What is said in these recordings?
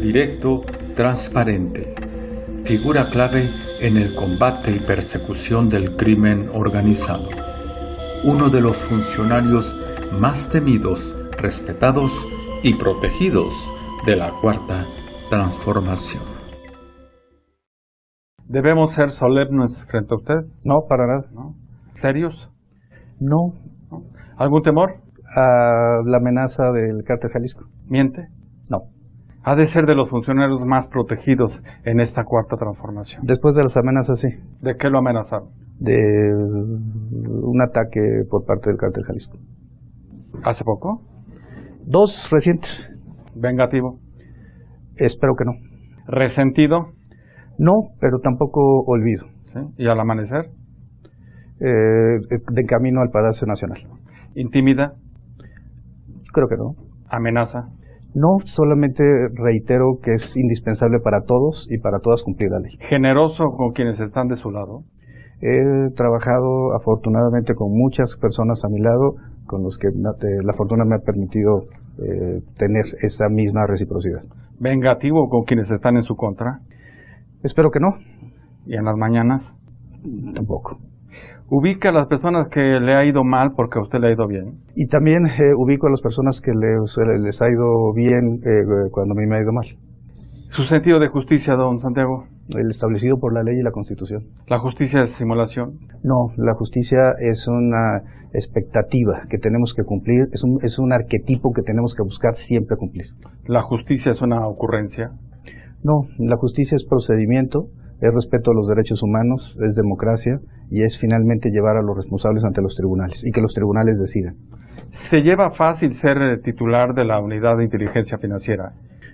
proyecto transparente, figura clave en el combate y persecución del crimen organizado. Uno de los funcionarios más temidos, respetados y protegidos de la cuarta transformación. ¿Debemos ser solemnes frente a usted? No, para nada. ¿No? ¿Serios? No. ¿No? ¿Algún temor? A la amenaza del cártel Jalisco. ¿Miente? No. Ha de ser de los funcionarios más protegidos en esta cuarta transformación. Después de las amenazas, sí. ¿De qué lo amenazaron? De un ataque por parte del cártel Jalisco. ¿Hace poco? Dos recientes. ¿Vengativo? Espero que no. ¿Resentido? No, pero tampoco olvido. ¿Sí? ¿Y al amanecer? Eh, de camino al Palacio Nacional. ¿Intimida? Creo que no. ¿Amenaza? No, solamente reitero que es indispensable para todos y para todas cumplir la ley. ¿Generoso con quienes están de su lado? He trabajado afortunadamente con muchas personas a mi lado, con los que la fortuna me ha permitido eh, tener esa misma reciprocidad. ¿Vengativo con quienes están en su contra? Espero que no. ¿Y en las mañanas? Tampoco ubica a las personas que le ha ido mal porque a usted le ha ido bien. Y también eh, ubico a las personas que les, eh, les ha ido bien eh, cuando a mí me ha ido mal. ¿Su sentido de justicia, don Santiago? El establecido por la ley y la constitución. ¿La justicia es simulación? No, la justicia es una expectativa que tenemos que cumplir, es un, es un arquetipo que tenemos que buscar siempre cumplir. ¿La justicia es una ocurrencia? No, la justicia es procedimiento, es respeto a los derechos humanos, es democracia y es finalmente llevar a los responsables ante los tribunales y que los tribunales decidan. ¿Se lleva fácil ser eh, titular de la unidad de inteligencia financiera?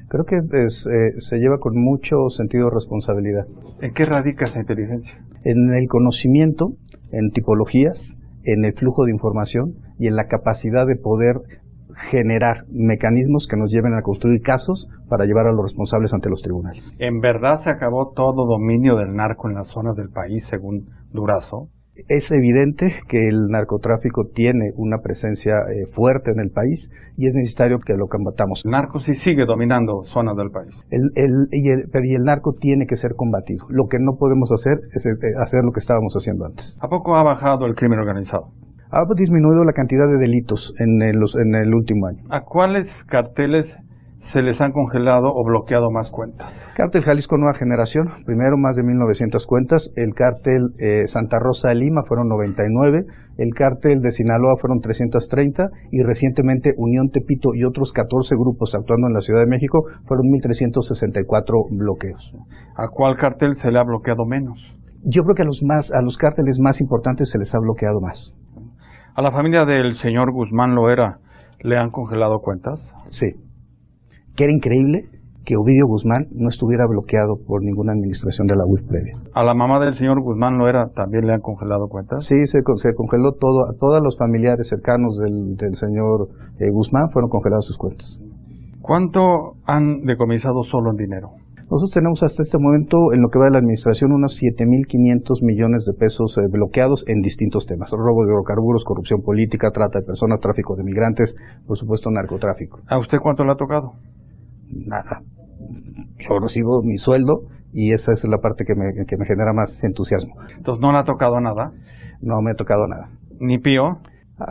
Creo que es, eh, se lleva con mucho sentido de responsabilidad. ¿En qué radica esa inteligencia? En el conocimiento, en tipologías, en el flujo de información y en la capacidad de poder generar mecanismos que nos lleven a construir casos para llevar a los responsables ante los tribunales. ¿En verdad se acabó todo dominio del narco en las zonas del país, según Durazo? Es evidente que el narcotráfico tiene una presencia eh, fuerte en el país y es necesario que lo combatamos. El narco sí sigue dominando zonas del país. El, el, y, el, pero y el narco tiene que ser combatido. Lo que no podemos hacer es eh, hacer lo que estábamos haciendo antes. ¿A poco ha bajado el crimen organizado? ha disminuido la cantidad de delitos en el, en el, último año. ¿A cuáles carteles se les han congelado o bloqueado más cuentas? Cártel Jalisco Nueva Generación, primero más de 1.900 cuentas, el cártel eh, Santa Rosa de Lima fueron 99, el cártel de Sinaloa fueron 330 y recientemente Unión Tepito y otros 14 grupos actuando en la Ciudad de México fueron 1.364 bloqueos. ¿A cuál cartel se le ha bloqueado menos? Yo creo que a los, más, a los cárteles más importantes se les ha bloqueado más. ¿A la familia del señor Guzmán Loera le han congelado cuentas? Sí. Que era increíble que Ovidio Guzmán no estuviera bloqueado por ninguna administración de la UIF previa. ¿A la mamá del señor Guzmán Loera también le han congelado cuentas? Sí, se, se congeló todo. A todos los familiares cercanos del, del señor eh, Guzmán fueron congeladas sus cuentas. ¿Cuánto han decomisado solo en dinero? Nosotros tenemos hasta este momento, en lo que va de la administración, unos 7.500 millones de pesos eh, bloqueados en distintos temas. Robo de hidrocarburos, corrupción política, trata de personas, tráfico de migrantes, por supuesto narcotráfico. ¿A usted cuánto le ha tocado? Nada. Yo recibo mi sueldo y esa es la parte que me, que me genera más entusiasmo. Entonces, ¿no le ha tocado nada? No me ha tocado nada. ¿Ni pío?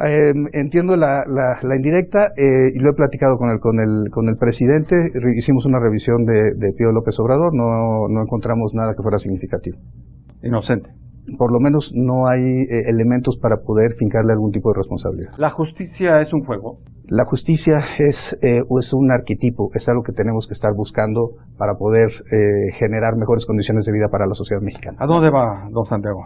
Eh, entiendo la, la, la indirecta eh, y lo he platicado con el, con el, con el presidente. Re hicimos una revisión de, de Pío López Obrador, no, no, encontramos nada que fuera significativo. Inocente. Por lo menos no hay eh, elementos para poder fincarle algún tipo de responsabilidad. ¿La justicia es un juego? La justicia es, eh, es un arquetipo, es algo que tenemos que estar buscando para poder eh, generar mejores condiciones de vida para la sociedad mexicana. ¿A dónde va, don Santiago?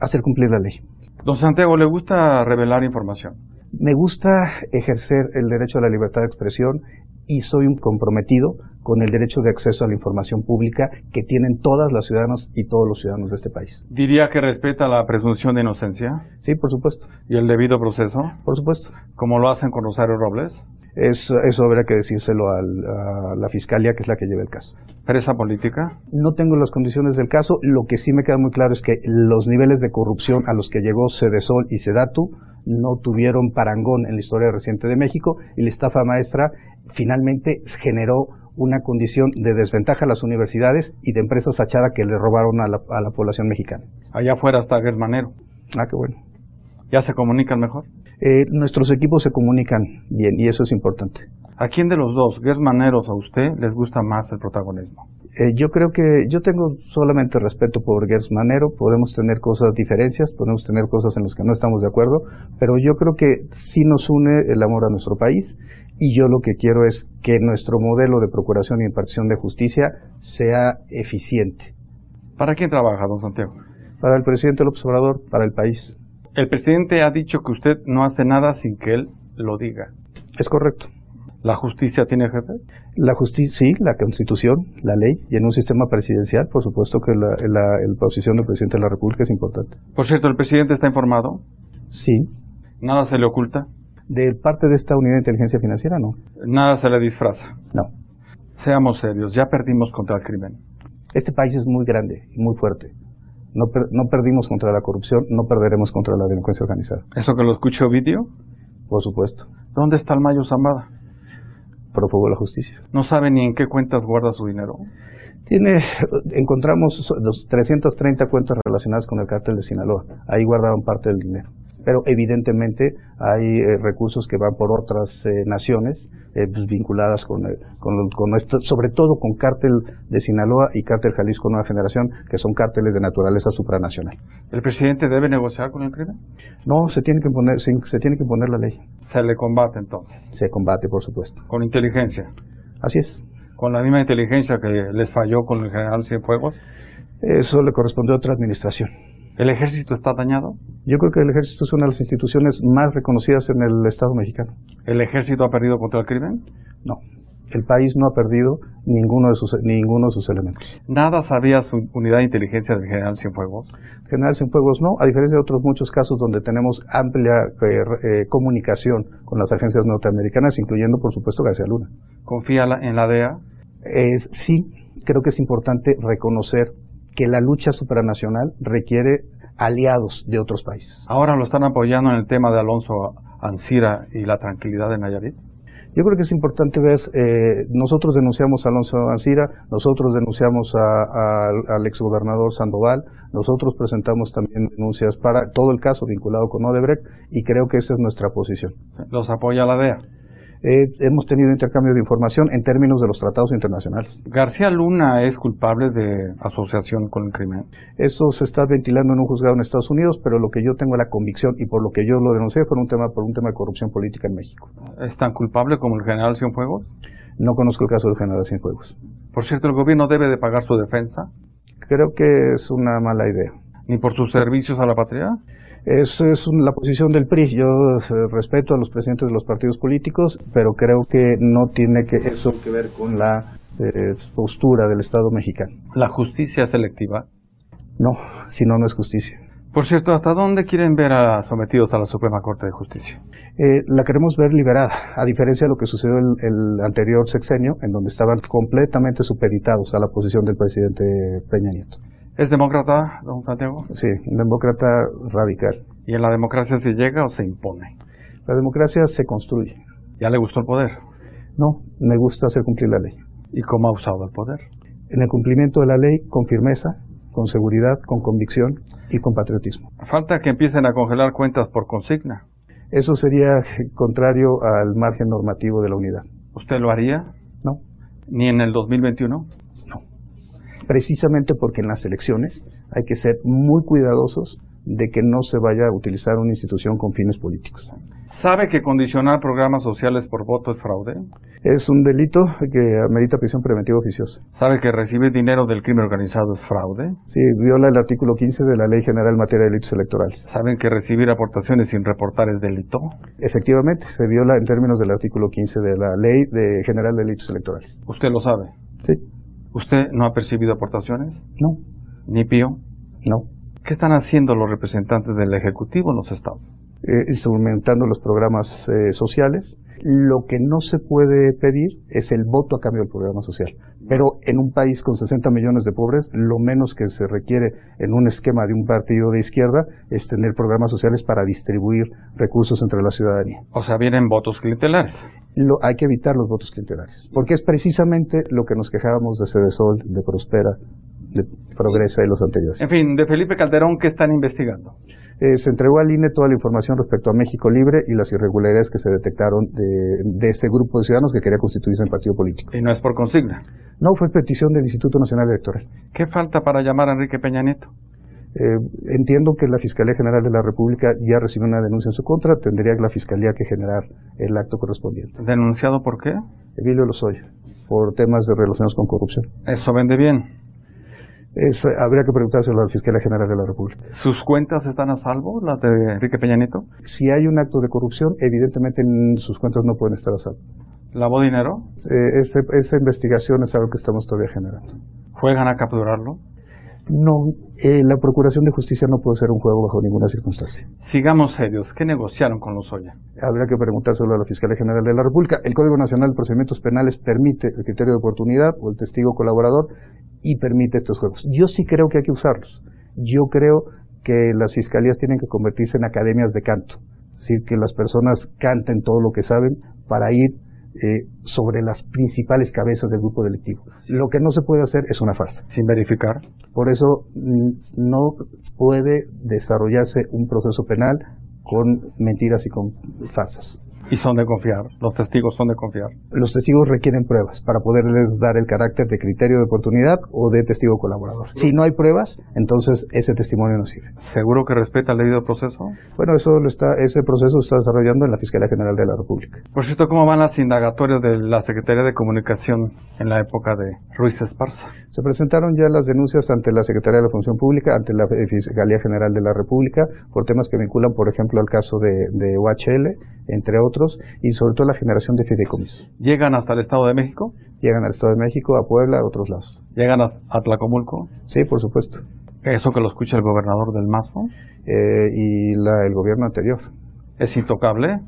Hacer cumplir la ley. Don Santiago, ¿le gusta revelar información? Me gusta ejercer el derecho a la libertad de expresión y soy un comprometido con el derecho de acceso a la información pública que tienen todas las ciudadanas y todos los ciudadanos de este país. ¿Diría que respeta la presunción de inocencia? Sí, por supuesto. ¿Y el debido proceso? Por supuesto. ¿Como lo hacen con Rosario Robles? Eso, eso habrá que decírselo al, a la fiscalía, que es la que lleva el caso. ¿Presa política? No tengo las condiciones del caso. Lo que sí me queda muy claro es que los niveles de corrupción a los que llegó Cedesol y Sedatu no tuvieron parangón en la historia reciente de México y la estafa maestra finalmente generó una condición de desventaja a las universidades y de empresas fachada que le robaron a la, a la población mexicana. Allá afuera está Germanero. Ah, qué bueno. ¿Ya se comunican mejor? Eh, nuestros equipos se comunican bien y eso es importante. ¿A quién de los dos, Gersmaneros o a usted, les gusta más el protagonismo? Eh, yo creo que yo tengo solamente respeto por Gers Manero, podemos tener cosas diferencias, podemos tener cosas en las que no estamos de acuerdo, pero yo creo que sí nos une el amor a nuestro país y yo lo que quiero es que nuestro modelo de procuración y impartición de justicia sea eficiente. ¿Para quién trabaja, don Santiago? Para el presidente López Obrador, para el país. El presidente ha dicho que usted no hace nada sin que él lo diga. Es correcto. ¿La justicia tiene jefe? La justicia, sí, la constitución, la ley, y en un sistema presidencial, por supuesto que la, la, la posición del presidente de la República es importante. Por cierto, ¿el presidente está informado? Sí. ¿Nada se le oculta? De parte de esta unidad de inteligencia financiera, no. ¿Nada se le disfraza? No. Seamos serios, ya perdimos contra el crimen. Este país es muy grande y muy fuerte. No, per, no perdimos contra la corrupción, no perderemos contra la delincuencia organizada. ¿Eso que lo escucho vídeo? Por supuesto. ¿Dónde está el Mayo Zambada? prófugo de la justicia. ¿No sabe ni en qué cuentas guarda su dinero? Tiene, encontramos los 330 cuentas relacionadas con el cártel de Sinaloa. Ahí guardaban parte del dinero. Pero evidentemente hay eh, recursos que van por otras eh, naciones eh, pues, vinculadas con, con, con esto, sobre todo con cártel de Sinaloa y cártel Jalisco Nueva Generación, que son cárteles de naturaleza supranacional. ¿El presidente debe negociar con el crimen? No, se tiene que poner, se, se tiene que poner la ley. ¿Se le combate entonces? Se combate, por supuesto. ¿Con inteligencia? Así es con la misma inteligencia que les falló con el general Cienfuegos? Eso le correspondió a otra administración. ¿El ejército está dañado? Yo creo que el ejército es una de las instituciones más reconocidas en el Estado mexicano. ¿El ejército ha perdido contra el crimen? No. El país no ha perdido ninguno de sus, ninguno de sus elementos. ¿Nada sabía su unidad de inteligencia del general Cienfuegos? General Cienfuegos no, a diferencia de otros muchos casos donde tenemos amplia eh, eh, comunicación con las agencias norteamericanas, incluyendo por supuesto García Luna. ¿Confía la, en la DEA? Es, sí, creo que es importante reconocer que la lucha supranacional requiere aliados de otros países. ¿Ahora lo están apoyando en el tema de Alonso Ancira y la tranquilidad de Nayarit? Yo creo que es importante ver, eh, nosotros denunciamos a Alonso Ancira, nosotros denunciamos a, a, al exgobernador Sandoval, nosotros presentamos también denuncias para todo el caso vinculado con Odebrecht y creo que esa es nuestra posición. ¿Los apoya la DEA? Eh, hemos tenido intercambio de información en términos de los tratados internacionales. ¿García Luna es culpable de asociación con el crimen? Eso se está ventilando en un juzgado en Estados Unidos, pero lo que yo tengo la convicción y por lo que yo lo denuncié fue un tema, por un tema de corrupción política en México. ¿Es tan culpable como el general Cienfuegos? No conozco el caso del general Cienfuegos. Por cierto, ¿el gobierno debe de pagar su defensa? Creo que es una mala idea. ¿Ni por sus servicios a la patria? Eso es la posición del PRI. Yo eh, respeto a los presidentes de los partidos políticos, pero creo que no tiene que eso que ver con la eh, postura del Estado mexicano. ¿La justicia selectiva? No, si no, no es justicia. Por cierto, ¿hasta dónde quieren ver a sometidos a la Suprema Corte de Justicia? Eh, la queremos ver liberada, a diferencia de lo que sucedió el, el anterior sexenio, en donde estaban completamente supeditados a la posición del presidente Peña Nieto. ¿Es demócrata, don Santiago? Sí, un demócrata radical. ¿Y en la democracia se llega o se impone? La democracia se construye. ¿Ya le gustó el poder? No, me gusta hacer cumplir la ley. ¿Y cómo ha usado el poder? En el cumplimiento de la ley con firmeza, con seguridad, con convicción y con patriotismo. Falta que empiecen a congelar cuentas por consigna. Eso sería contrario al margen normativo de la unidad. ¿Usted lo haría? No. ¿Ni en el 2021? No precisamente porque en las elecciones hay que ser muy cuidadosos de que no se vaya a utilizar una institución con fines políticos. ¿Sabe que condicionar programas sociales por voto es fraude? Es un delito que amerita prisión preventiva oficiosa. ¿Sabe que recibir dinero del crimen organizado es fraude? Sí, viola el artículo 15 de la Ley General en materia de delitos electorales. ¿Saben que recibir aportaciones sin reportar es delito? Efectivamente, se viola en términos del artículo 15 de la Ley de General de Delitos Electorales. ¿Usted lo sabe? Sí. ¿Usted no ha percibido aportaciones? No. ¿Ni pío? No. ¿Qué están haciendo los representantes del Ejecutivo en los estados? eh, instrumentando los programas eh, sociales. Lo que no se puede pedir es el voto a cambio del programa social. Pero en un país con 60 millones de pobres, lo menos que se requiere en un esquema de un partido de izquierda es tener programas sociales para distribuir recursos entre la ciudadanía. O sea, vienen votos clientelares. Lo, hay que evitar los votos clientelares, porque es precisamente lo que nos quejábamos de Cedesol, de Prospera, de Progresa y los anteriores. En fin, de Felipe Calderón, ¿qué están investigando? Eh, se entregó al INE toda la información respecto a México Libre y las irregularidades que se detectaron de, de este grupo de ciudadanos que quería constituirse en partido político. Y no es por consigna. No, fue petición del Instituto Nacional Electoral. ¿Qué falta para llamar a Enrique Peña Nieto? Eh, entiendo que la Fiscalía General de la República ya recibió una denuncia en su contra, tendría la Fiscalía que generar el acto correspondiente. ¿Denunciado por qué? Emilio Lozoya, por temas de relaciones con corrupción. Eso vende bien. Es, habría que preguntárselo al Fiscalía General de la República. ¿Sus cuentas están a salvo, las de Enrique Peña Nieto? Si hay un acto de corrupción, evidentemente sus cuentas no pueden estar a salvo. ¿Lavó dinero? Eh, ese, esa investigación es algo que estamos todavía generando. ¿Juegan a capturarlo? No, eh, la Procuración de Justicia no puede ser un juego bajo ninguna circunstancia. Sigamos serios, ¿qué negociaron con Lozoya? Habrá que preguntárselo a la Fiscalía General de la República. El Código Nacional de Procedimientos Penales permite el criterio de oportunidad o el testigo colaborador y permite estos juegos. Yo sí creo que hay que usarlos. Yo creo que las fiscalías tienen que convertirse en academias de canto. Es decir, que las personas canten todo lo que saben para ir eh, sobre las principales cabezas del grupo delictivo. Sí. Lo que no se puede hacer es una farsa. Sin verificar. Por eso no puede desarrollarse un proceso penal con mentiras y con farsas. Y son de confiar, los testigos son de confiar. Los testigos requieren pruebas para poderles dar el carácter de criterio de oportunidad o de testigo colaborador. Si no hay pruebas, entonces ese testimonio no sirve. ¿Seguro que respeta el debido proceso? Bueno, eso lo está, ese proceso lo está desarrollando en la Fiscalía General de la República. Por cierto, ¿cómo van las indagatorias de la Secretaría de Comunicación en la época de Ruiz Esparza? Se presentaron ya las denuncias ante la Secretaría de la Función Pública, ante la Fiscalía General de la República, por temas que vinculan, por ejemplo, al caso de, de UHL, entre otros y sobre todo la generación de fideicomisos. ¿Llegan hasta el Estado de México? Llegan al Estado de México, a Puebla, a otros lados. ¿Llegan a Tlacomulco? Sí, por supuesto. ¿Eso que lo escucha el gobernador del Mazo? Eh, y la, el gobierno anterior. ¿Es intocable?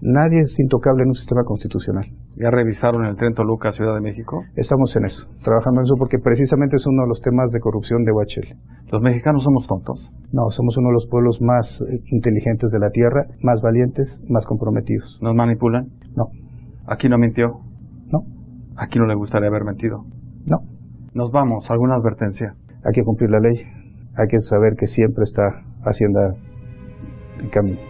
Nadie es intocable en un sistema constitucional. ¿Ya revisaron el tren Toluca, Ciudad de México? Estamos en eso, trabajando en eso porque precisamente es uno de los temas de corrupción de Huachel. ¿Los mexicanos somos tontos? No, somos uno de los pueblos más eh, inteligentes de la tierra, más valientes, más comprometidos. ¿Nos manipulan? No. ¿Aquí no mintió? No. ¿Aquí no le gustaría haber mentido? No. Nos vamos, ¿alguna advertencia? Hay que cumplir la ley, hay que saber que siempre está Hacienda en camino.